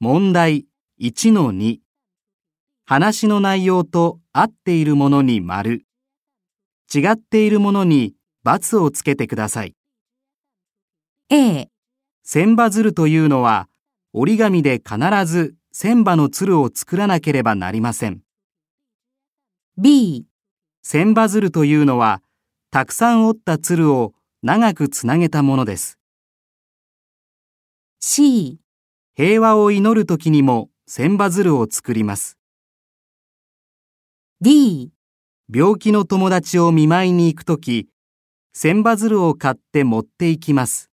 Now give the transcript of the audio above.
問題1-2話の内容と合っているものに丸、違っているものに×をつけてください。 A、千羽鶴というのは折り紙で必ず千羽の鶴を作らなければなりません。 B、千羽鶴というのはたくさん折った鶴を長くつなげたものです。 C、平和を祈る時にも千羽鶴を作ります。 D、病気の友達を見舞いに行くとき、千羽鶴を買って持って行きます。